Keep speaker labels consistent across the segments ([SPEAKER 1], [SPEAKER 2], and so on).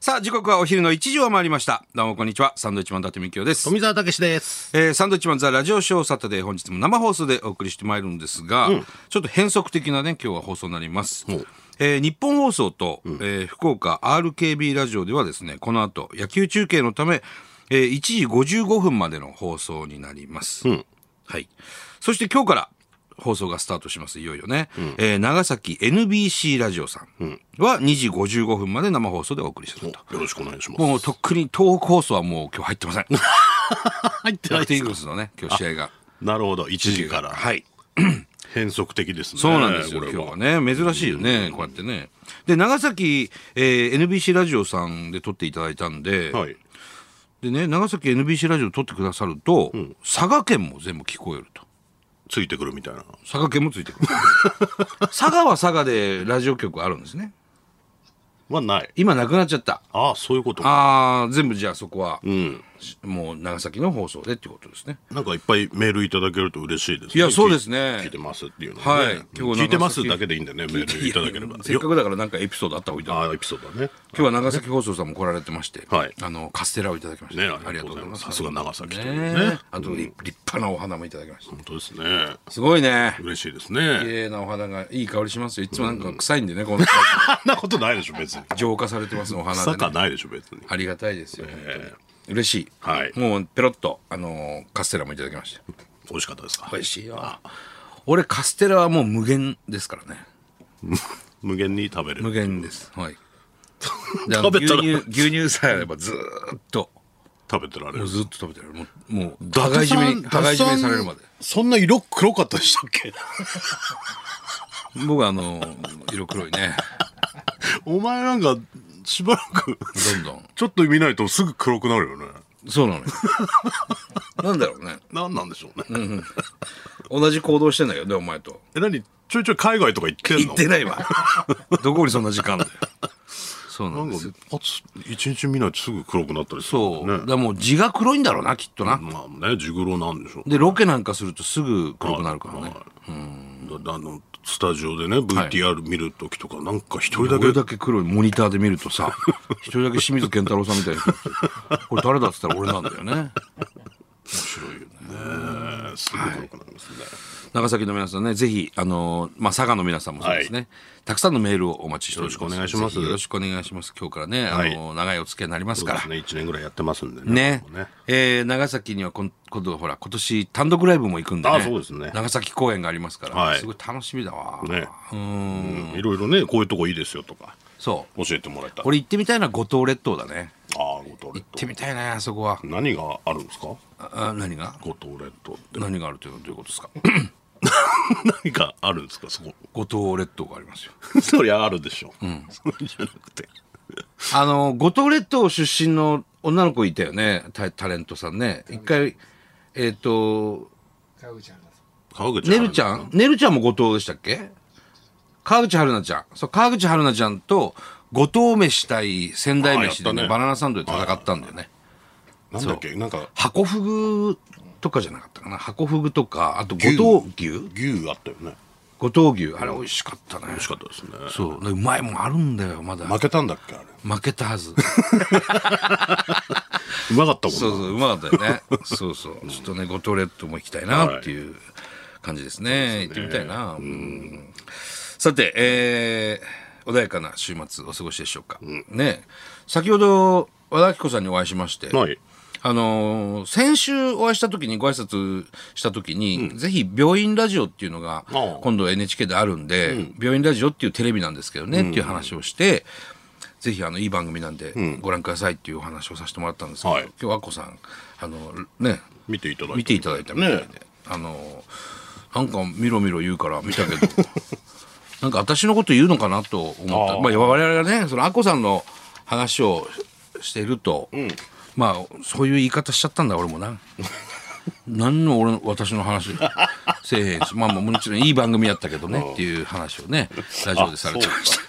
[SPEAKER 1] さあ、時刻はお昼の1時を回りました。どうもこんにちは。サンドウィッチマン伊達美京です。
[SPEAKER 2] 富澤たけしです。
[SPEAKER 1] えーサンドウィッチマンザラジオショーサタデー本日も生放送でお送りしてまいるんですが、ちょっと変則的なね今日は放送になります、えー日本放送と、えー福岡 RKB ラジオではですねこの後野球中継のため、えー1時55分までの放送になります、はいそして今日から放送がスタートしますいよいよね、えー長崎 NBC ラジオさんは2時55分まで生放送でお送りすると、
[SPEAKER 2] よろしくお願いします。
[SPEAKER 1] もうとっくに東北放送はもう今日入って ません
[SPEAKER 2] 入ってな
[SPEAKER 1] 楽
[SPEAKER 2] い
[SPEAKER 1] 天イー
[SPEAKER 2] です
[SPEAKER 1] グルスのね今日試合が。
[SPEAKER 2] なるほど、一時から
[SPEAKER 1] はい。
[SPEAKER 2] 変則的ですね。
[SPEAKER 1] そうなんですよ、
[SPEAKER 2] これ
[SPEAKER 1] 今
[SPEAKER 2] は。
[SPEAKER 1] 日はね。珍しいよね、こうやってね。で、長崎、えー NBC ラジオさんで撮っていただいたんで、
[SPEAKER 2] はい。
[SPEAKER 1] でね、長崎 NBC ラジオ撮ってくださると、佐賀県も全部聞こえると。
[SPEAKER 2] ついてくるみたいな。
[SPEAKER 1] 佐賀県もついてくる。 佐賀は佐賀でラジオ局あるんですね。
[SPEAKER 2] はない。
[SPEAKER 1] 今なくなっちゃった。
[SPEAKER 2] ああ、そういうこと。
[SPEAKER 1] あー、全部じゃあそこは、
[SPEAKER 2] うん。
[SPEAKER 1] もう長崎の放送でってことですね。
[SPEAKER 2] なんかいっぱいメールいただけると嬉しいですね。
[SPEAKER 1] いやそうですね
[SPEAKER 2] 聞い聞いてますっていうのね
[SPEAKER 1] はい今日
[SPEAKER 2] 聞いてますだけでいいんだよね、メールいただければ
[SPEAKER 1] いや。せっかくだからなんかエピソードあった方がいいと思う
[SPEAKER 2] ああ、エピソードはね。
[SPEAKER 1] 今日は長崎放送さんも来られてまして、
[SPEAKER 2] はい
[SPEAKER 1] あのカステラをいただきました、
[SPEAKER 2] ねありがとうございます
[SPEAKER 1] あ
[SPEAKER 2] さ
[SPEAKER 1] り
[SPEAKER 2] す
[SPEAKER 1] が
[SPEAKER 2] が
[SPEAKER 1] とうございます
[SPEAKER 2] 長崎という
[SPEAKER 1] ね
[SPEAKER 2] ね。
[SPEAKER 1] あとり立派なお花もいただきました
[SPEAKER 2] 本当ですね。
[SPEAKER 1] すごいね
[SPEAKER 2] 嬉しいですね。
[SPEAKER 1] 綺麗なお花がいい香りしますよいつもなんか臭いんでね、この
[SPEAKER 2] あんなことないでしょ、別に。
[SPEAKER 1] 浄化されてますお花
[SPEAKER 2] サ
[SPEAKER 1] で、
[SPEAKER 2] か
[SPEAKER 1] ね、
[SPEAKER 2] ないでしょ、別に。
[SPEAKER 1] ありがたいですよ、
[SPEAKER 2] え
[SPEAKER 1] 嬉しい、
[SPEAKER 2] はい
[SPEAKER 1] もうペロッと、あのーカステラもいただきました
[SPEAKER 2] え美味しかったですか。
[SPEAKER 1] 美味しいよ俺カステラはもう無限ですからね
[SPEAKER 2] 無限に食べれ
[SPEAKER 1] 無
[SPEAKER 2] る。
[SPEAKER 1] 限ですはいであの
[SPEAKER 2] 食べ
[SPEAKER 1] 牛
[SPEAKER 2] たら
[SPEAKER 1] 乳牛乳さえあればずーっと
[SPEAKER 2] 食べてられる。
[SPEAKER 1] ずっと食べてるもうもう互い締めに互い締めにされるまで
[SPEAKER 2] そんな色黒かったでしたっけ
[SPEAKER 1] 僕はあの色黒いね
[SPEAKER 2] お前なんかしばらく
[SPEAKER 1] どんどん
[SPEAKER 2] ちょっと見ないとすぐ黒くなるよね
[SPEAKER 1] そうなのよなんだろうね
[SPEAKER 2] 何なんでしょうね、
[SPEAKER 1] 同じ行動してんだけどねお前と
[SPEAKER 2] え何ちょいちょい海外とか行ってん
[SPEAKER 1] 行
[SPEAKER 2] の
[SPEAKER 1] ってないわどこにそんな時間あんだよそうなん
[SPEAKER 2] な
[SPEAKER 1] で
[SPEAKER 2] ん
[SPEAKER 1] す
[SPEAKER 2] かパツ一日見ないとすぐ黒くなったりする
[SPEAKER 1] そう、だ
[SPEAKER 2] ね
[SPEAKER 1] からもう字が黒いんだろうなきっとな
[SPEAKER 2] まあね地黒なんでしょう
[SPEAKER 1] でロケなんかするとすぐ黒くなるからね
[SPEAKER 2] はいだあのスタジオでね VTR 見る時とか、なんか一人だ
[SPEAKER 1] 俺
[SPEAKER 2] け
[SPEAKER 1] だけ黒いモニターで見るとさ一人だけ清水健太郎さんみたいな人これ誰だっつったら俺なんだよね
[SPEAKER 2] ねすぐ黒くなりますね、
[SPEAKER 1] 長崎の皆さんね、ぜひ、あのーまあ、佐賀の皆さんもそうですね、たくさんのメールをお待ちしております。
[SPEAKER 2] よろしくお願いします
[SPEAKER 1] ぜひよろしくお願いします。今日からね、あのー長いお付き合いになります
[SPEAKER 2] そう
[SPEAKER 1] か
[SPEAKER 2] で
[SPEAKER 1] ら。
[SPEAKER 2] すね1年ぐらいやってますんで
[SPEAKER 1] ね
[SPEAKER 2] ねもうね
[SPEAKER 1] えー長崎にはこん今度ほら今年単独ライブも行くんで,、ね
[SPEAKER 2] あそうですね
[SPEAKER 1] 長崎公演がありますから、
[SPEAKER 2] はい
[SPEAKER 1] すごい楽しみだわ、
[SPEAKER 2] ね
[SPEAKER 1] うーん
[SPEAKER 2] いろいろねこういうとこいいですよとか
[SPEAKER 1] そう
[SPEAKER 2] 教えてもらえたら
[SPEAKER 1] 俺行ってみたいのは五島列島だね
[SPEAKER 2] ああ五島
[SPEAKER 1] 行
[SPEAKER 2] 列
[SPEAKER 1] って
[SPEAKER 2] 島
[SPEAKER 1] みたいなあそこは
[SPEAKER 2] 何があるんですか
[SPEAKER 1] ああ何が
[SPEAKER 2] 五島列島って
[SPEAKER 1] 何があるというのはどういうことです か
[SPEAKER 2] 何かあるんですかそこ
[SPEAKER 1] 五島列島がありますよ
[SPEAKER 2] そりゃあるでしょ、うん、そうじゃなくて
[SPEAKER 1] あの、五島列島出身の女の子いたよね、タタレントさんね。一回、えっ、と、
[SPEAKER 2] 川口
[SPEAKER 1] ねるちゃ
[SPEAKER 2] ん
[SPEAKER 1] んねるちゃんも五島でしたっけ川口春奈ちゃん。そう、川口春奈ちゃんと、五島飯対仙台飯で
[SPEAKER 2] あやっ
[SPEAKER 1] ね、
[SPEAKER 2] たね
[SPEAKER 1] バナナサンドで戦ったんだよね。
[SPEAKER 2] なんだっけなんか
[SPEAKER 1] ハコフグとかじゃなかったかな。ハコフグとか、あと五島牛
[SPEAKER 2] 牛あったよね
[SPEAKER 1] 五島牛。あれ美味しかったね。
[SPEAKER 2] 美味しかったですね
[SPEAKER 1] そう。でうまいもんあるんだよ、まだ。
[SPEAKER 2] 負けたんだっけあれ
[SPEAKER 1] 負けたはず。
[SPEAKER 2] うまかったもんな
[SPEAKER 1] そうそう、うまかったよ ね。そうそう。ちょっとね、五島列島も行きたいなっていう感じですね。行ってみたいな。うんさて、えー穏やかな週末お過ごしでしょうか。ね先ほど、和田アキ子さんにお会いしまして、
[SPEAKER 2] はい
[SPEAKER 1] あのー先週お会いした時に、ご挨拶した時に、ぜひ病院ラジオっていうのが
[SPEAKER 2] ああ、
[SPEAKER 1] 今度 NHK であるんで、病院ラジオっていうテレビなんですけどね、っていう話をして、ぜひあのいい番組なんでご覧くださいっていうお話をさせてもらったんですけど、
[SPEAKER 2] はい
[SPEAKER 1] 今日アッコさんあのね
[SPEAKER 2] 見ていただい
[SPEAKER 1] 見
[SPEAKER 2] て
[SPEAKER 1] ていただいたみたいで、
[SPEAKER 2] ね
[SPEAKER 1] あのなんか見ろ見ろ言うから見たけど なんか私のこと言うのかなと思った
[SPEAKER 2] あ
[SPEAKER 1] ま
[SPEAKER 2] ー
[SPEAKER 1] あ、我々がねそのアッコさんの話をしていると、まあそういう言い方しちゃったんだ俺も な何の俺の私の話せえへんしまあまあもちろんいい番組やったけどねっていう話をねラジオでされてました
[SPEAKER 2] あそうか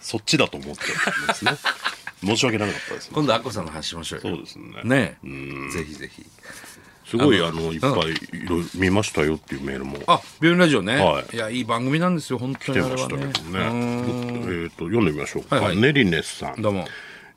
[SPEAKER 2] そっちだと思ってたんです ね申し訳なかったですね
[SPEAKER 1] 今度アッコさんの話しましょうよ
[SPEAKER 2] そうですね
[SPEAKER 1] ねぜひぜひ
[SPEAKER 2] すごいあのいっぱいいろいろ見ましたよっていうメールも
[SPEAKER 1] あ病院ラジオね、、
[SPEAKER 2] はいい
[SPEAKER 1] やいい番組なんですよ本当に
[SPEAKER 2] 来て
[SPEAKER 1] あれ
[SPEAKER 2] まし
[SPEAKER 1] は
[SPEAKER 2] たけど
[SPEAKER 1] ね
[SPEAKER 2] ねえっと読んでみましょうか、
[SPEAKER 1] はいはい
[SPEAKER 2] ネリネスさん
[SPEAKER 1] どうも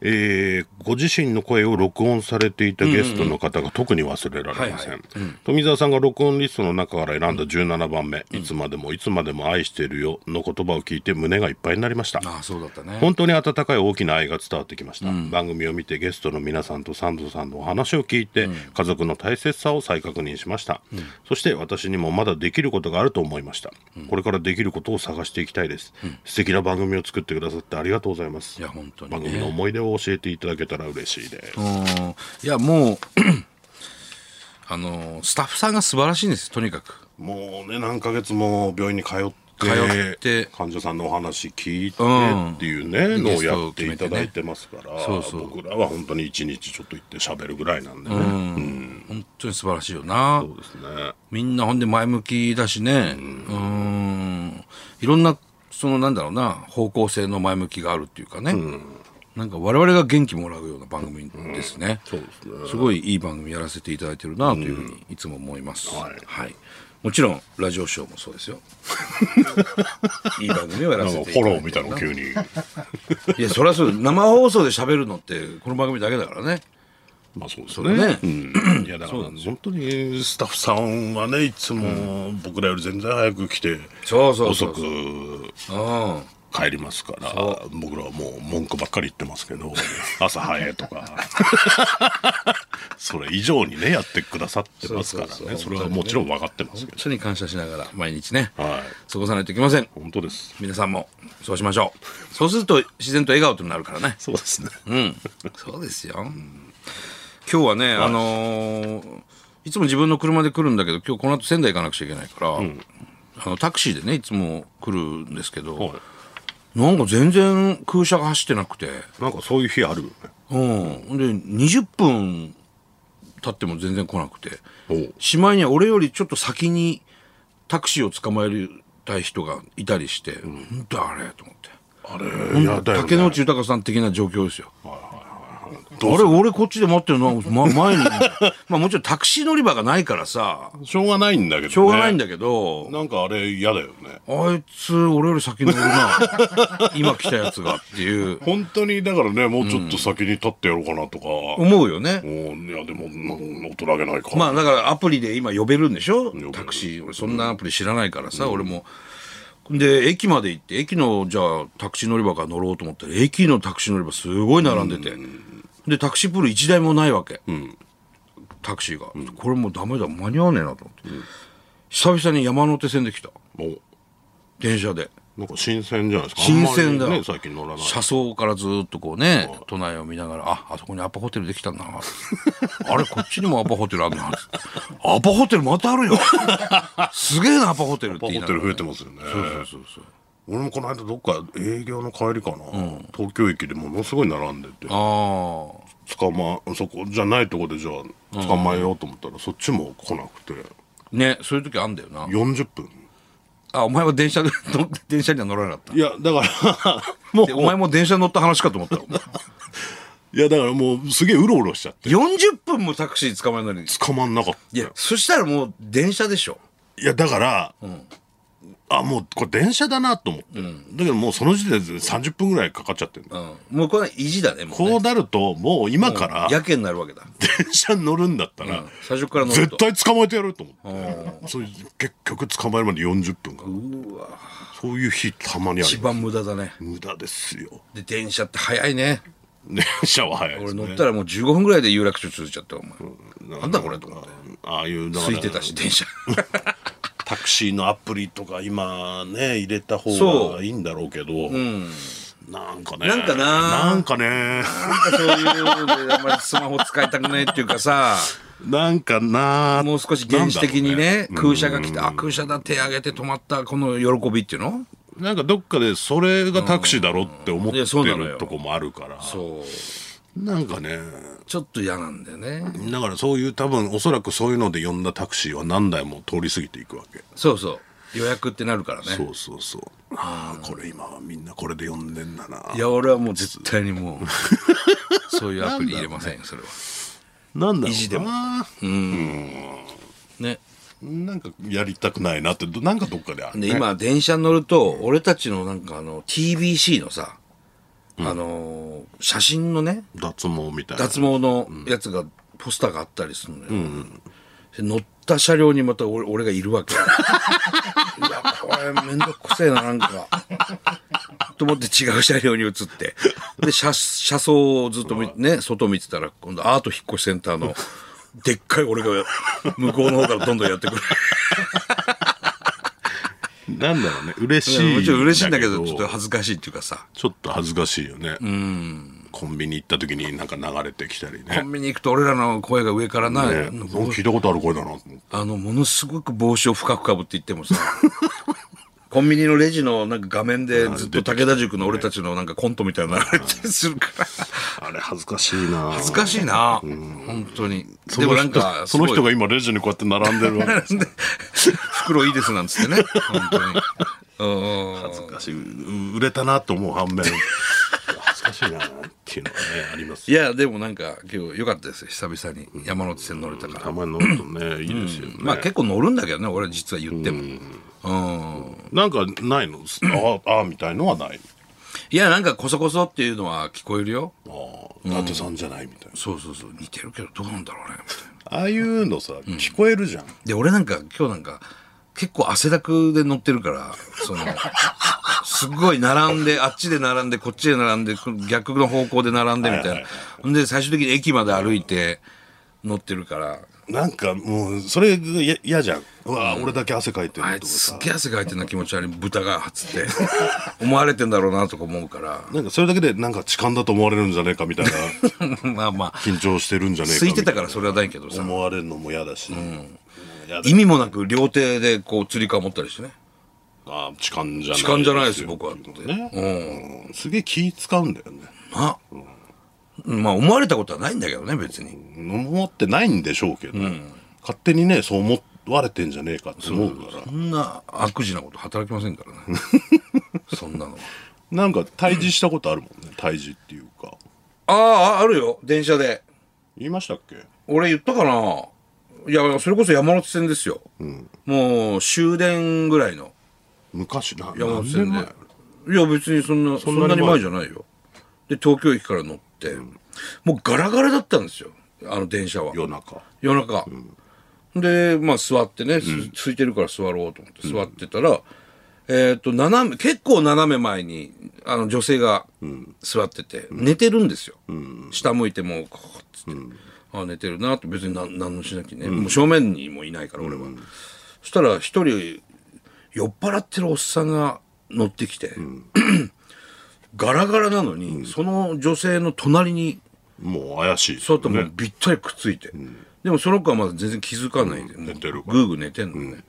[SPEAKER 2] えーご自身の声を録音されていたゲストの方が特に忘れられません、
[SPEAKER 1] はい
[SPEAKER 2] 富澤さんが録音リストの中から選んだ17番目、いつまでもいつまでも愛しているよの言葉を聞いて胸がいっぱいになりました
[SPEAKER 1] ああそうだったね
[SPEAKER 2] 本当に温かい大きな愛が伝わってきました、番組を見てゲストの皆さんとサンドさんのお話を聞いて、家族の大切さを再確認しました、そして私にもまだできることがあると思いました、これからできることを探していきたいです、素敵な番組を作ってくださってありがとうございます
[SPEAKER 1] いや本当にね
[SPEAKER 2] 番組の思い出を教えていただけたら嬉しいです、
[SPEAKER 1] うんいやもう あのスタッフさんが素晴らしいんですとにかく
[SPEAKER 2] もうね何ヶ月も病院に通って
[SPEAKER 1] 通って
[SPEAKER 2] 患者さんのお話聞いて
[SPEAKER 1] うん
[SPEAKER 2] っていうね、のをやっていた
[SPEAKER 1] ゲストを決めて
[SPEAKER 2] だい
[SPEAKER 1] ね
[SPEAKER 2] てますから、
[SPEAKER 1] そうそう
[SPEAKER 2] 僕らは本当に一日ちょっと行って喋るぐらいなんでね、
[SPEAKER 1] 本当に素晴らしいよな
[SPEAKER 2] そうですね
[SPEAKER 1] みんなほんで前向きだしねうんいろんなそのなんだろうな方向性の前向きがあるっていうかねなんか我々が元気もらうような番組ですね
[SPEAKER 2] そうですね
[SPEAKER 1] すごいいい番組やらせていただいてるなというふうにいつも思います、
[SPEAKER 2] はい
[SPEAKER 1] はい、もちろんラジオショーもそうです よいい番組をや
[SPEAKER 2] な
[SPEAKER 1] ら
[SPEAKER 2] ん
[SPEAKER 1] せ
[SPEAKER 2] か
[SPEAKER 1] てい
[SPEAKER 2] フ
[SPEAKER 1] た
[SPEAKER 2] ォロ
[SPEAKER 1] だい
[SPEAKER 2] ー
[SPEAKER 1] て
[SPEAKER 2] みたいな の急に
[SPEAKER 1] いやそりゃそう生放送で喋るのってこの番組だけだからね
[SPEAKER 2] まあそうです
[SPEAKER 1] それ
[SPEAKER 2] ね
[SPEAKER 1] ね
[SPEAKER 2] うんいやだから本当にスタッフさんはねいつも僕らより全然早く来て
[SPEAKER 1] そうそうそ
[SPEAKER 2] 遅
[SPEAKER 1] う
[SPEAKER 2] く
[SPEAKER 1] そううん
[SPEAKER 2] 帰りますから僕らはもう文句ばっかり言ってますけど 朝早いとか それ以上にねやってくださってますからねそ
[SPEAKER 1] そうそうそう
[SPEAKER 2] れはもちろん分かってますけ
[SPEAKER 1] 本
[SPEAKER 2] ど、
[SPEAKER 1] 当に感謝しながら毎日ね、
[SPEAKER 2] はい
[SPEAKER 1] 過ごさないといけません
[SPEAKER 2] 本当です
[SPEAKER 1] 皆さんもそうしましょうそうすると自然と笑顔となるからね
[SPEAKER 2] そうですね
[SPEAKER 1] うんそうですよ今日はね、あのーいつも自分の車で来るんだけど今日この後仙台行かなくちゃいけないから、あのタクシーでねいつも来るんですけど、
[SPEAKER 2] は
[SPEAKER 1] なんか全然空車が走ってなくて
[SPEAKER 2] いなんかそういう日あるよね
[SPEAKER 1] うんで20分経っても全然来なくて
[SPEAKER 2] おう
[SPEAKER 1] しまいには俺よりちょっと先にタクシーを捕まえたい人がいたりして、なんだあれと思って
[SPEAKER 2] あれいやだよ、
[SPEAKER 1] 竹
[SPEAKER 2] ね、
[SPEAKER 1] 野内豊さん的な状況ですよあ
[SPEAKER 2] どう
[SPEAKER 1] れ俺こっちで待ってるな、ま、前 にまあもちろんタクシー乗り場がないからさ
[SPEAKER 2] しょうがないんだけど、ね、
[SPEAKER 1] しょうがないんだけど、
[SPEAKER 2] なんかあれ嫌だよね。
[SPEAKER 1] あいつ俺より先に乗るな今来たやつがっていう
[SPEAKER 2] 本当にだからね、もうちょっと先に立ってやろうかなとか、
[SPEAKER 1] 思うよね
[SPEAKER 2] もういやでもなん大人げないか。
[SPEAKER 1] まあだからアプリで今呼べるんでしょ
[SPEAKER 2] る
[SPEAKER 1] タクシー俺そんなアプリ知らないからさ、俺もで駅まで行って駅のじゃあタクシー乗り場から乗ろうと思ったら駅のタクシー乗り場すごい並んでて、でタクシープール1台もないわけ、タクシーが、これもうダメだ間に合わねえなと思って、久々に山手線で来た
[SPEAKER 2] もう
[SPEAKER 1] 電車で
[SPEAKER 2] なんか新鮮じゃないですか。
[SPEAKER 1] 新鮮だ、
[SPEAKER 2] あんまりね、最近乗らない。
[SPEAKER 1] 車窓からずーっとこうね都内を見ながらああそこにアパホテルできたんだな あれこっちに もアパホテルあるなアパホテルまたあるよ すげえなアパホテルって言い
[SPEAKER 2] ホ
[SPEAKER 1] な
[SPEAKER 2] テ
[SPEAKER 1] がら
[SPEAKER 2] ル増えてますよね。
[SPEAKER 1] そうそうそうそう
[SPEAKER 2] 俺もこの間どっか営業の帰りかな、東京駅でものすごい並んでて、
[SPEAKER 1] ああ
[SPEAKER 2] 捕まそこじゃないとこでじゃあ捕まえようと思ったら、そっちも来なくて
[SPEAKER 1] ねそういう時あんだよな
[SPEAKER 2] 40分。
[SPEAKER 1] あお前は電車で 乗って電車には乗らなかった
[SPEAKER 2] いやだから も
[SPEAKER 1] でお前も電車に乗った話かと思 ったわ
[SPEAKER 2] ういやだからもうすげえうろうろしちゃって
[SPEAKER 1] 40分もタクシー捕まえるのに
[SPEAKER 2] 捕まんなかった。
[SPEAKER 1] いやそしたらもう電車でしょ
[SPEAKER 2] いやだから、あもうこれ電車だなと思って、だけどもうその時点で30分ぐらいかかっちゃってる、
[SPEAKER 1] うんもうこれは意地だねもうね
[SPEAKER 2] こうなるともう今から
[SPEAKER 1] やけになるわけだ
[SPEAKER 2] 電車に乗るんだったら、
[SPEAKER 1] 最初から乗ると
[SPEAKER 2] 絶対捕まえてやると思って、そういう結局捕まえるまで40分かかるそういう日たまにあ
[SPEAKER 1] 一
[SPEAKER 2] る
[SPEAKER 1] 番無駄だね
[SPEAKER 2] 無駄ですよ
[SPEAKER 1] で電車って早いね
[SPEAKER 2] 電車は早いです
[SPEAKER 1] 俺
[SPEAKER 2] ね
[SPEAKER 1] 乗ったらもう15分ぐらいで有楽町通じちゃったよお前なんだこれと思って
[SPEAKER 2] ああいうだか
[SPEAKER 1] 空いて
[SPEAKER 2] ら
[SPEAKER 1] たし電車
[SPEAKER 2] タクシーのアプリとか今ね入れた方
[SPEAKER 1] そ
[SPEAKER 2] がいいんだろうけどなんかね
[SPEAKER 1] なんかな
[SPEAKER 2] なん かね
[SPEAKER 1] そういうのであんまりスマホ使いたくないっていうか さ
[SPEAKER 2] なんかなー
[SPEAKER 1] もう少し原始的にね
[SPEAKER 2] なんだろう
[SPEAKER 1] 空車が来てあ空車だ手上げて止まったこの喜びっていうの
[SPEAKER 2] うんなんかどっかでそれがタクシーだろって思っ
[SPEAKER 1] うん
[SPEAKER 2] て
[SPEAKER 1] いやそうなの
[SPEAKER 2] る
[SPEAKER 1] よ
[SPEAKER 2] とこもあるから
[SPEAKER 1] そう
[SPEAKER 2] なんかね
[SPEAKER 1] ちょっと嫌なんだよね
[SPEAKER 2] だからそういう多分おそらくそういうので呼んだタクシーは何台も通り過ぎていくわけ
[SPEAKER 1] そうそう予約ってなるからね
[SPEAKER 2] そうそうそうああこれ今はみんなこれで呼んでんだない
[SPEAKER 1] や俺はもう絶対にも うそういうアプリ入れませんよそれは
[SPEAKER 2] なんだろ
[SPEAKER 1] 意地で
[SPEAKER 2] う
[SPEAKER 1] も
[SPEAKER 2] な
[SPEAKER 1] ね
[SPEAKER 2] なんかやりたくないなってどなんかどっかである
[SPEAKER 1] で今電車に乗ると俺たちのなんかあの TBC のさあのー写真のね
[SPEAKER 2] 脱毛みたいな
[SPEAKER 1] 脱毛のやつが、ポスターがあったりするのよ、で乗った車両にまた俺俺がいるわけ いやこれめんどくせえななんかと思って違う車両に移ってで車車窓をずっと見、ね、外見てたら今度アート引っ越しセンターのでっかい俺が向こうの方からどんどんやってくる
[SPEAKER 2] なんだろうね嬉しい
[SPEAKER 1] もちろん嬉しいんだけどちょっと恥ずかしいっていうかさ
[SPEAKER 2] ちょっと恥ずかしいよねコンビニ行った時になんか流れてきたり
[SPEAKER 1] コ
[SPEAKER 2] ね
[SPEAKER 1] ンビニ行くと俺らの声が上からな、
[SPEAKER 2] ねなんか聞いたことある声だなと思って
[SPEAKER 1] あの、ものすごく帽子を深くかぶっていってもさ、 コンビニのレジのなんか画面でずっと武田塾の俺たちのなんかコントみたいなの流れてするから、
[SPEAKER 2] あれ恥ずかしいな
[SPEAKER 1] 恥ずかしいな、本当に。
[SPEAKER 2] そ
[SPEAKER 1] で
[SPEAKER 2] の
[SPEAKER 1] も
[SPEAKER 2] 人
[SPEAKER 1] なんか、
[SPEAKER 2] その人
[SPEAKER 1] が
[SPEAKER 2] が今レジにこうやって並んでるわけです
[SPEAKER 1] 袋いいですなんつってね、本当に。うんうん
[SPEAKER 2] 恥ずかしいう売れたなと思う反 面恥ずかしいなっていうのはねあります
[SPEAKER 1] いや、でもなんか今日良かったですよ、久々に山手線乗れたから。
[SPEAKER 2] たまに乗るとねいいですよね、
[SPEAKER 1] まあ結構乗るんだけどね、俺実は言っても。うん
[SPEAKER 2] なんかないのあああみたいのはない
[SPEAKER 1] いや、なんかこそこそっていうのは聞こえるよ。
[SPEAKER 2] ああ伊達さんじゃないみたいな
[SPEAKER 1] そうそうそう、似てるけどどうなんだろうね、みたいな。
[SPEAKER 2] ああいうのさ聞こえるじゃん、
[SPEAKER 1] で俺なんか今日なんか結構汗だくで乗ってるからそのすっごい並んであっちで並んでこっちで並んでこの逆の方向で並んでみたいな、
[SPEAKER 2] はいはい
[SPEAKER 1] んで最終的に駅まで歩いて乗ってるから、
[SPEAKER 2] なんかもうそれがや嫌じゃんうわあ、俺だけ汗かいて
[SPEAKER 1] あ
[SPEAKER 2] る
[SPEAKER 1] い
[SPEAKER 2] と
[SPEAKER 1] つ
[SPEAKER 2] か
[SPEAKER 1] すっ
[SPEAKER 2] さ
[SPEAKER 1] げえ汗かいてんな気持ち悪い豚がっつって思われてんだろうなとか思うから
[SPEAKER 2] なんかそれだけでなんか痴漢だと思われるんじゃねえかみたい な
[SPEAKER 1] まあまあ
[SPEAKER 2] 緊張してるんじゃねえか
[SPEAKER 1] 空いてたかららそれはないけどさ
[SPEAKER 2] 思われるのも嫌だし、嫌だ
[SPEAKER 1] 意味もなく両手でこう釣り革持ったりしてね
[SPEAKER 2] ああ痴漢じゃない
[SPEAKER 1] 痴漢じゃないですよ僕は
[SPEAKER 2] っていうのね、うん、すげえ気使うんだよね
[SPEAKER 1] な、まあ思われたことはないんだけどね別に
[SPEAKER 2] 思ってないんでしょうけど、勝手にねそう思われてんじゃねえかって思うから
[SPEAKER 1] そんな悪事なこと働きませんからね そんなのは
[SPEAKER 2] なんか退治したことあるもんね退治っていうか
[SPEAKER 1] あああるよ電車で
[SPEAKER 2] 言いましたっけ
[SPEAKER 1] 俺言ったかないやそれこそ山手線ですよ、もう終電ぐらいの
[SPEAKER 2] 昔な
[SPEAKER 1] 山
[SPEAKER 2] 何
[SPEAKER 1] 手
[SPEAKER 2] 年
[SPEAKER 1] 線で
[SPEAKER 2] 前
[SPEAKER 1] いや別にそんなそ
[SPEAKER 2] ん
[SPEAKER 1] ん
[SPEAKER 2] な
[SPEAKER 1] な
[SPEAKER 2] に前
[SPEAKER 1] に前じゃないよで東京駅から乗って、もうガラガラだったんですよあの電車は
[SPEAKER 2] 夜中
[SPEAKER 1] 夜中、でまあ座ってね、す空いてるから座ろうと思って座ってたら、えっ、と斜め結構斜め前にあの女性が座ってて、寝てるんですよ、下向いてもうこうっつって、あ寝てるなって別に何何のしなきゃね、もう正面にもいないから俺は、そしたら一人酔っ払ってるおっさんが乗ってきて、 ガラガラなのに、その女性の隣に
[SPEAKER 2] もう怪しいです
[SPEAKER 1] そ
[SPEAKER 2] よ
[SPEAKER 1] うともう
[SPEAKER 2] ね
[SPEAKER 1] びったりくっついて、でもその子はまだ全然気づかないで、
[SPEAKER 2] 寝てるか
[SPEAKER 1] ぐーぐー寝てんのね、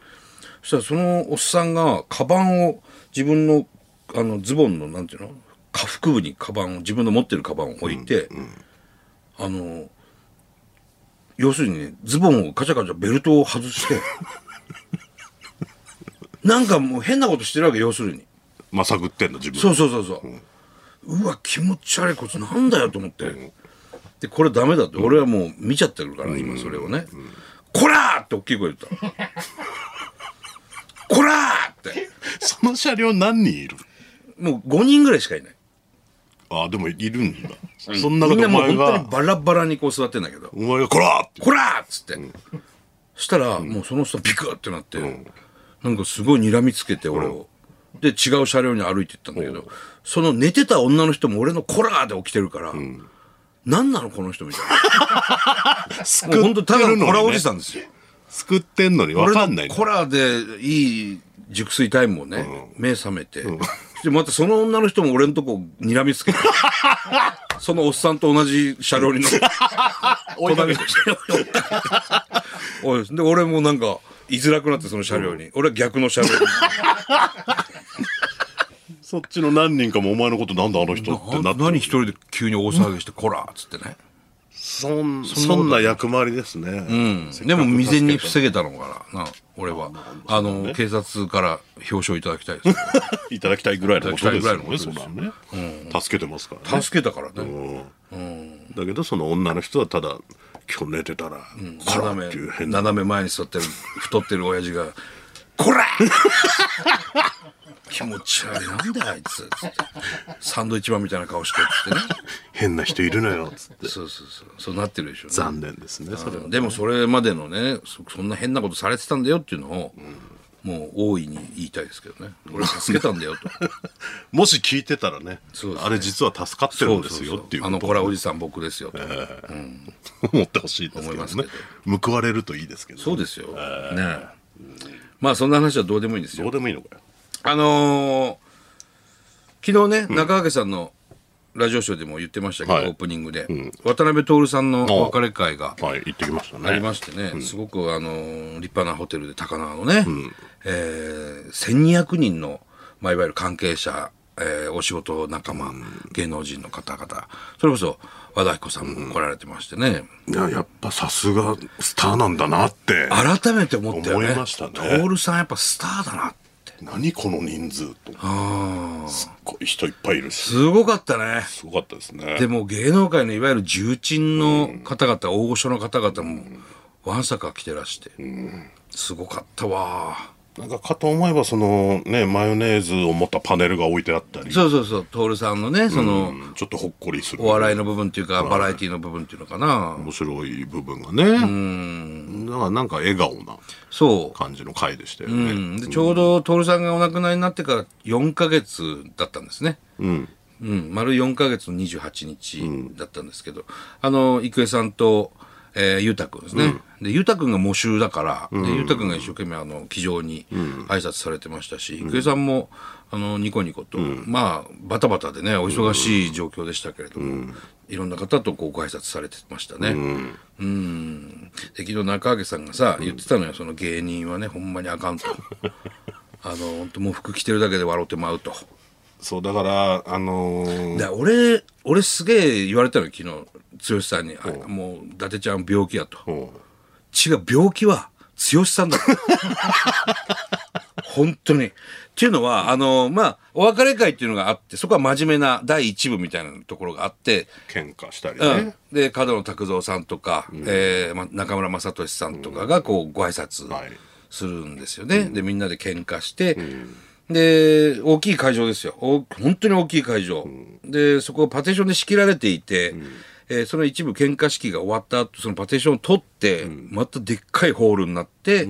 [SPEAKER 1] そしたらそのおっさんがカバンを自分のあのズボンのなんていうの下腹部にカバンを自分の持ってるカバンを置いて、あの要するにねズボンをカチャカチャベルトを外して なんかもう変なことしてるわけ要するに
[SPEAKER 2] まさぐってんだ自分
[SPEAKER 1] そうそうそうそう、うわ気持ち悪いこいつなんだよと思って、でこれダメだって、俺はもう見ちゃってるから、今それをね「こら!」って大きい声で言った「こら!」って
[SPEAKER 2] その車両何人いる
[SPEAKER 1] もう5人ぐらいしかいない
[SPEAKER 2] あでもいるんだ、そんなこ
[SPEAKER 1] みん
[SPEAKER 2] と
[SPEAKER 1] な
[SPEAKER 2] お
[SPEAKER 1] もう
[SPEAKER 2] 前
[SPEAKER 1] 本当に
[SPEAKER 2] が
[SPEAKER 1] バラバラにこう座ってんだけど
[SPEAKER 2] お前がこらーっ
[SPEAKER 1] 「
[SPEAKER 2] て
[SPEAKER 1] こら!」っつって、したら、もうその人ビクってなって、なんかすごい睨みつけて俺を、で違う車両に歩いていったんだけど、その寝てた女の人も俺の「こら!」で起きてるから、なんなのこの人みたいな。 もう
[SPEAKER 2] 救
[SPEAKER 1] 本当
[SPEAKER 2] って
[SPEAKER 1] ただ
[SPEAKER 2] る
[SPEAKER 1] のコラお
[SPEAKER 2] のに、ね
[SPEAKER 1] じ、さんですよ。
[SPEAKER 2] 救ってんのに分かんな
[SPEAKER 1] 俺
[SPEAKER 2] い
[SPEAKER 1] の
[SPEAKER 2] んだ
[SPEAKER 1] コラでいい熟睡タイムをね、目覚めて、でまたその女の人も俺のとこ睨みつ けて、そのおっさんと同じ車両に乗って、
[SPEAKER 2] 追いか
[SPEAKER 1] 隣
[SPEAKER 2] け
[SPEAKER 1] の車両に乗って おいで、俺もなんか、居づらくなってその車両に。俺は逆の車両に。
[SPEAKER 2] そっちの何人かもお前のことなんだあの人ってな
[SPEAKER 1] な
[SPEAKER 2] って
[SPEAKER 1] 何一人で急に大騒ぎして、コラっつってね。
[SPEAKER 2] そんそんな役回りですね、せっ
[SPEAKER 1] で
[SPEAKER 2] かく
[SPEAKER 1] も未然に
[SPEAKER 2] 助
[SPEAKER 1] 防げたのかな、な俺は。あの、警察から表彰いただきたいです。
[SPEAKER 2] けていただきたいぐらいのことですよ
[SPEAKER 1] いただきたいぐら
[SPEAKER 2] ね
[SPEAKER 1] いのことです
[SPEAKER 2] そ
[SPEAKER 1] よ
[SPEAKER 2] うだね、助けてますから ね
[SPEAKER 1] 助けたからね。
[SPEAKER 2] だけどその女の人はただ今日寝てたら、こら
[SPEAKER 1] 斜
[SPEAKER 2] ーっていう
[SPEAKER 1] め
[SPEAKER 2] 変な
[SPEAKER 1] 斜め前に座ってる太ってる親父が「こ ら気持ち悪いなんだあいつつってサンドイッチマンみたいな顔してつってね
[SPEAKER 2] 変な人いるのよつって
[SPEAKER 1] そうそうそうそうなってるでしょうね
[SPEAKER 2] 残念ですねそれは
[SPEAKER 1] でもそれまでのねそそんな変なことされてたんだよっていうのを、もう大いに言いたいですけどね俺助けたんだよ と
[SPEAKER 2] もし聞いてたらね
[SPEAKER 1] そうですね
[SPEAKER 2] あれ実は助かってるんですよっていう
[SPEAKER 1] あ
[SPEAKER 2] こ
[SPEAKER 1] の
[SPEAKER 2] と
[SPEAKER 1] 子らおじさん僕ですよと、
[SPEAKER 2] 思ってほしいですけ
[SPEAKER 1] 思い
[SPEAKER 2] ど
[SPEAKER 1] ますけ
[SPEAKER 2] ね
[SPEAKER 1] ど
[SPEAKER 2] 報われるといいですけどね
[SPEAKER 1] そうですよ、ねえまあそんな話はどうでもいいんです
[SPEAKER 2] ど
[SPEAKER 1] よ
[SPEAKER 2] うでもいいのかよ
[SPEAKER 1] あのー昨日ね中掛さんのラジオショーでも言ってましたけど、
[SPEAKER 2] はい
[SPEAKER 1] オープニングで、渡辺徹さんのお別れ会が
[SPEAKER 2] はい行ってきましたね
[SPEAKER 1] ありましてね、すごく、あのー立派なホテルで高輪のね、えー1200人の、まあ、いわゆる関係者、えーお仕事仲間、芸能人の方々それこそ和田アキ子さんも来られてましてね、
[SPEAKER 2] いややっぱさすがスターなんだなって
[SPEAKER 1] 改めて思ったよね
[SPEAKER 2] 思いましたね
[SPEAKER 1] 徹さんやっぱスターだなって
[SPEAKER 2] 何この人数と
[SPEAKER 1] あー
[SPEAKER 2] すっごい人いっぱいいるし
[SPEAKER 1] すごかったね
[SPEAKER 2] すごかったですね
[SPEAKER 1] でも芸能界のいわゆる重鎮の方々、大御所の方々もわんさか来てらして、すごかったわ
[SPEAKER 2] なんかかと思えばそのねマヨネーズを持ったパネルが置いてあったり
[SPEAKER 1] そうそうそう徹さんのねその、
[SPEAKER 2] うんちょっとほっこりする
[SPEAKER 1] お笑いの部分っていうか、バラエティの部分っていうのかな。
[SPEAKER 2] 面白い部分がねだからなんか笑顔な
[SPEAKER 1] そ
[SPEAKER 2] 感じの回でしたよ
[SPEAKER 1] う。う
[SPEAKER 2] ね、
[SPEAKER 1] ん、でちょうど徹さんがお亡くなりになってから4ヶ月だったんですね。
[SPEAKER 2] うん
[SPEAKER 1] うん、丸4ヶ月の28日だったんですけど、あの、郁恵さんと、えー、ゆうたくんですね。で、ゆうたくんが喪主だから、でゆうたくんが一生懸命、あの、気丈に挨拶されてましたし、郁恵さんも、あの、ニコニコと、まあ、バタバタでね、お忙しい状況でしたけれども、いろんな方とこうご挨拶されてましたね。うん。で、昨日中揚さんがさ、言ってたのよ、その芸人はね、ほんまにあ かんと。あの、本当もう服着てるだけで笑ってまうと。
[SPEAKER 2] そうだからあのー
[SPEAKER 1] だ俺俺すげえ言われたの昨日剛さんにあ「もう伊達ちゃん病気や」と
[SPEAKER 2] うん
[SPEAKER 1] 「違う病気は剛さんだ」 本当に。っていうのはあのまあお別れ会っていうのがあってそこは真面目な第一部みたいなところがあって、
[SPEAKER 2] 喧嘩したりね、
[SPEAKER 1] うん、で角野卓造さんとか、えーま、中村雅俊さんとかがこうご挨拶
[SPEAKER 2] はい
[SPEAKER 1] するんですよね、でみんなで喧嘩して、で大きい会場ですよお本当に大きい会場、でそこをパテーションで仕切られていて、えーその一部喧嘩式が終わった後そのパテーションを取って、またでっかいホールになって、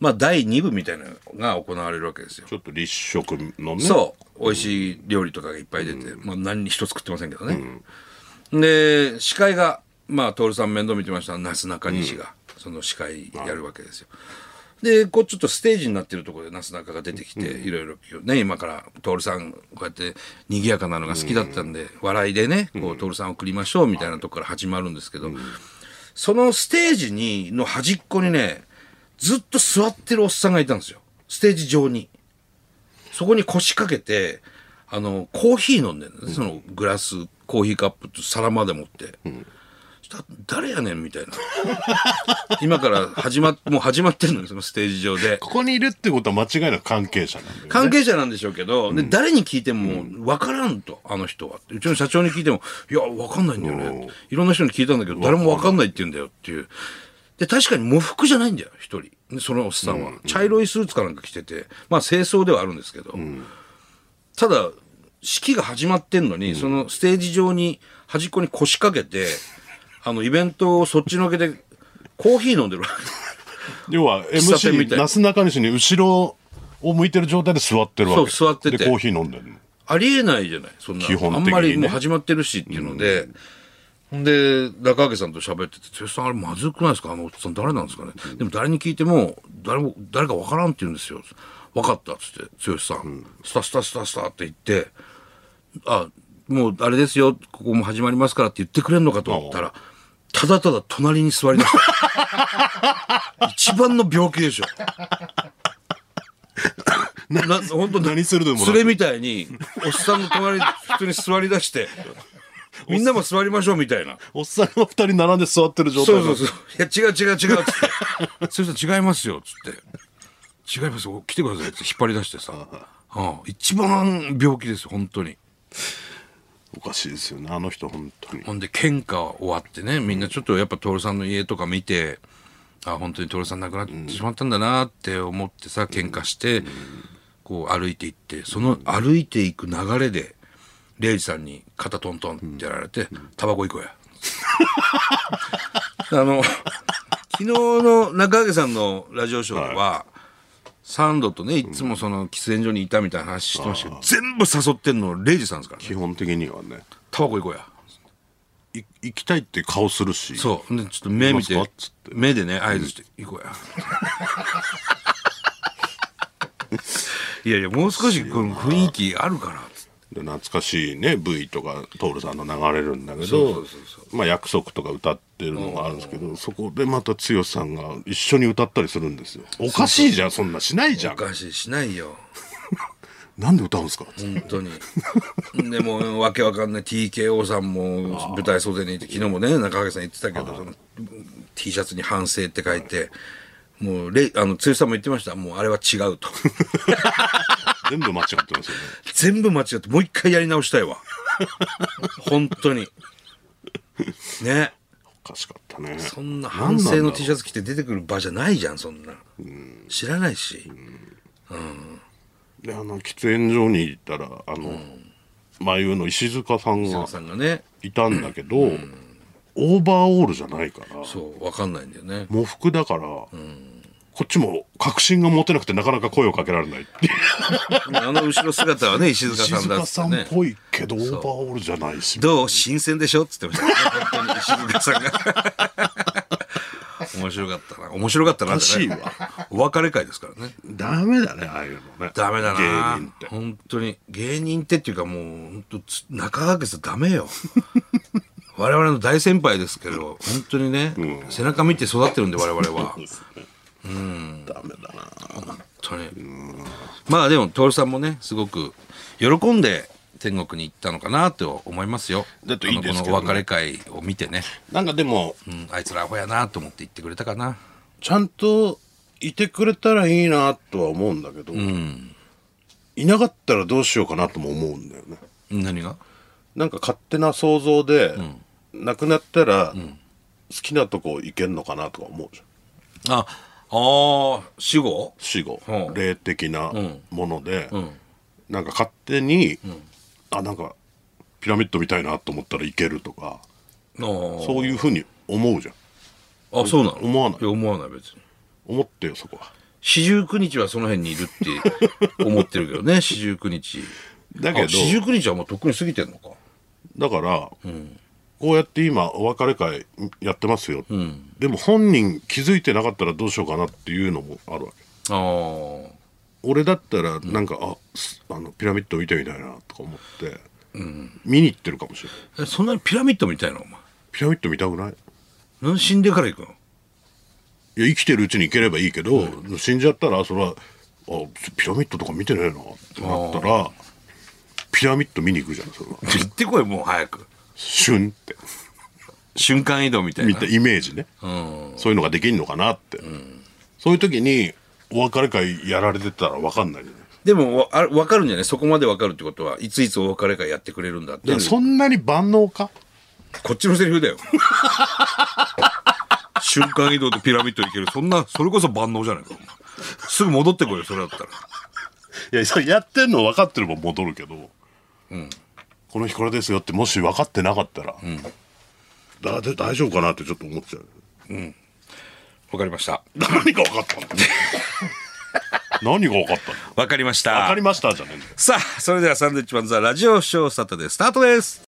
[SPEAKER 1] まあ第2部みたいなのが行われるわけですよ
[SPEAKER 2] ちょっと立食のね
[SPEAKER 1] そう美味しい料理とかがいっぱい出て、まあ、何一つ食ってませんけどね、で司会がまあ徹さん面倒見てましたなすなかにしが、その司会やるわけですよでこうちょっとステージになってるところでなすなかが出てきて、いろいろね今から徹さんこうやって賑やかなのが好きだったんで、笑いでねこう徹さん送りましょうみたいなとこから始まるんですけど、そのステージにの端っこにねずっと座ってるおっさんがいたんですよステージ上に。そこに腰掛けて、あの、コーヒー飲んでるんですね、そのグラス、コーヒーカップと皿まで持って。そしたら誰やねんみたいな。今から始まっ、もう始まってるのよ、そのステージ上で。
[SPEAKER 2] ここにいるってことは間違いなく関係者なんだよね
[SPEAKER 1] 関係者なんでしょうけど、で誰に聞いても分からんと、あの人は。うちの社長に聞いても、いや、分かんないんだよね。いろんな人に聞いたんだけど、誰も分かんないって言うんだよっていう。で、確かに喪服じゃないんだよ、一人。でそのおっさんは。茶色いスーツかなんか着てて、まあ清掃ではあるんですけど。ただ、式が始まってんのに、そのステージ上に端っこに腰掛けて、あの、イベントをそっちのけで、コーヒー飲んでるわけ。
[SPEAKER 2] 要は
[SPEAKER 1] 喫茶店み
[SPEAKER 2] MC
[SPEAKER 1] たい
[SPEAKER 2] なすなかにしに後ろを向いてる状態で座ってるわけ
[SPEAKER 1] そう座ってて
[SPEAKER 2] でコーヒー飲んでるの
[SPEAKER 1] ありえないじゃないそんな
[SPEAKER 2] 基本的にね
[SPEAKER 1] あんまりもう始まってるしっていうので、で中明さんと喋ってて「剛さんあれまずくないですかあのおっさん誰なんですかね、でも誰に聞いても誰も誰か分からん」って言うんですよ「分かった」っつって剛さん、スタスタスタスタ」って言って「あもうあれですよここも始まりますから」って言ってくれるのかと思ったらただただ隣に座りました 一番の病気でしょな本当
[SPEAKER 2] 何するでもなく
[SPEAKER 1] 連れみたいにおっさんの隣に普通に座り出してみんなも座りましょうみたいな
[SPEAKER 2] おっさんが二人並んで座ってる状態
[SPEAKER 1] そ
[SPEAKER 2] な
[SPEAKER 1] う
[SPEAKER 2] の
[SPEAKER 1] そうそういや違う違う違うっつって「それさ違いますよ」っつって「違いますよ来てください」っつって引っ張り出してさ、うん、一番病気です本当に
[SPEAKER 2] おかしいですよねあの人本当に
[SPEAKER 1] ほんで喧嘩終わってねみんなちょっとやっぱ徹さんの家とか見てあ本当に徹さん亡くなってしまったんだなって思ってさ喧嘩して、こう歩いていってその歩いていく流れで礼二さんに肩トントンってやられて「タバコ行こうや」 あの昨日の中揚さんのラジオショーでは、サンドとねいつもその喫煙所にいたみたいな話してましたけど、全部誘ってんの礼二さんですからね
[SPEAKER 2] 基本的にはね
[SPEAKER 1] タバコ行こうや
[SPEAKER 2] い行きたいって顔するし
[SPEAKER 1] そうでちょっと目見て
[SPEAKER 2] 行きますかっつって
[SPEAKER 1] 目でね合図して「行こうや」 いやいやもう少しこの雰囲気あるから
[SPEAKER 2] で懐かしいね V とか徹さんの流れるんだ
[SPEAKER 1] そ
[SPEAKER 2] け
[SPEAKER 1] うそ
[SPEAKER 2] ど
[SPEAKER 1] うそうそ
[SPEAKER 2] まあ約束とか歌ってるのがあるんですけどそこでまた剛さんが一緒に歌ったりするんですよおかしいじゃんそんなしないじゃ
[SPEAKER 1] お
[SPEAKER 2] ん
[SPEAKER 1] かしいしないよ
[SPEAKER 2] なんで歌うんですか
[SPEAKER 1] 本当に でもわけわかんない TKO さんも舞台袖にいて昨日もね中垣さん言ってたけどその T シャツに「反省」って書いてもうレイあの剛さんも言ってましたもうあれは違うと
[SPEAKER 2] 全部間違ってますよね
[SPEAKER 1] 全部間違ってもう一回やり直したいわ本当にね
[SPEAKER 2] おかしかったね
[SPEAKER 1] そんな反省の T シ
[SPEAKER 2] ャ
[SPEAKER 1] ャツ着て出てくる場じゃないじゃんそんな、知らないし、
[SPEAKER 2] ツであの喫煙所に行ったらあの、眉の石塚さん
[SPEAKER 1] う
[SPEAKER 2] が
[SPEAKER 1] さんがね
[SPEAKER 2] いたんだけど、オーバーオールじゃないから
[SPEAKER 1] そうわかんないんだよね
[SPEAKER 2] 喪服だから、こっちも確信が持てなくてなかなか声をかけられないっていう
[SPEAKER 1] あの後ろ姿はね石塚
[SPEAKER 2] 石
[SPEAKER 1] さんだ
[SPEAKER 2] 塚
[SPEAKER 1] っつ
[SPEAKER 2] さ
[SPEAKER 1] って
[SPEAKER 2] んっ
[SPEAKER 1] ね
[SPEAKER 2] ぽいけどオーバーオールじゃないし
[SPEAKER 1] どう新鮮でしょっつってましたね本当に石塚さん が面白かったな面白かったなじゃない
[SPEAKER 2] おかしい
[SPEAKER 1] お別れ会ですからね
[SPEAKER 2] ダメだねああいうのね
[SPEAKER 1] ダメだな
[SPEAKER 2] 芸人って
[SPEAKER 1] 本当に芸人ってっていうかもう本当つ中川家さんダメよ我々の大先輩ですけど本当にね、背中見て育ってるんで我々は
[SPEAKER 2] ダメだな
[SPEAKER 1] 本当にまあでも徹さんもねすごく喜んで天国に行ったのかなと思いますよ
[SPEAKER 2] だっていいですけどね
[SPEAKER 1] あのこのお別れ会を見てね、
[SPEAKER 2] なんかでも
[SPEAKER 1] うん、あいつらアホやなと思って言ってくれたかな
[SPEAKER 2] ちゃんといてくれたらいいなとは思うんだけど、いなかったらどうしようかなとも思うんだよね
[SPEAKER 1] 何が
[SPEAKER 2] なんか勝手な想像で、亡くなったら、好きなとこ行けんのかなとか思うじゃん
[SPEAKER 1] ああー死後
[SPEAKER 2] 死後、
[SPEAKER 1] うん
[SPEAKER 2] 霊的なもので、なんか勝手に、あなんかピラミッドみたいなと思ったら行けるとか
[SPEAKER 1] あー
[SPEAKER 2] そういうふうに思うじゃん
[SPEAKER 1] あそうなの
[SPEAKER 2] 思わない
[SPEAKER 1] や思わない別に
[SPEAKER 2] 思ってよそこは
[SPEAKER 1] 四十九日はその辺にいるって思ってるけど ね四十九日
[SPEAKER 2] だ
[SPEAKER 1] だ
[SPEAKER 2] けど
[SPEAKER 1] 四十九日はもうとっくに過ぎてんのか
[SPEAKER 2] だから、こうやって今お別れ会やってますよ、でも本人気づいてなかったらどうしようかなっていうのもあるわ
[SPEAKER 1] あ
[SPEAKER 2] け
[SPEAKER 1] あ
[SPEAKER 2] 俺だったらなんか、あすあのピラミッド見てみたいなとか思って、見に行ってるかもしれない
[SPEAKER 1] えそんなにピラミッドみたいなお前
[SPEAKER 2] ピラミッド見たくない
[SPEAKER 1] なんで死んでから行くの
[SPEAKER 2] いや生きてるうちに行ければいいけど、死んじゃったらそれはあピラミッドとか見てねえなってなったらピラミッド見に行くじゃんそれは
[SPEAKER 1] 行ってこいもう早く
[SPEAKER 2] シュンって
[SPEAKER 1] 瞬間移動みたい
[SPEAKER 2] 見
[SPEAKER 1] な
[SPEAKER 2] たイメージね、そういうのができんのかなって、そういう時にお別れ会やられてたら分かんないじゃない
[SPEAKER 1] でもわあ分かるんじゃないそこまで分かるってことはいついつお別れ会やってくれるんだって
[SPEAKER 2] だからそんなに万能か
[SPEAKER 1] こっちのセリフ だよ瞬間移動でピラミッド行けるそんなそれこそ万能じゃないかお前すぐ戻ってこいよそれだったら
[SPEAKER 2] いやそれやってんの分かってれば戻るけど、この日これですよってもし分かってなかったら、だで大丈夫かなってちょっと思っちゃう
[SPEAKER 1] わかりました
[SPEAKER 2] 何が分かったんだ何が分かったの
[SPEAKER 1] わかりました
[SPEAKER 2] 分かりましたじゃねえんだよ
[SPEAKER 1] さあそれではサンドウィッチマンザラジオショーサタデースタートです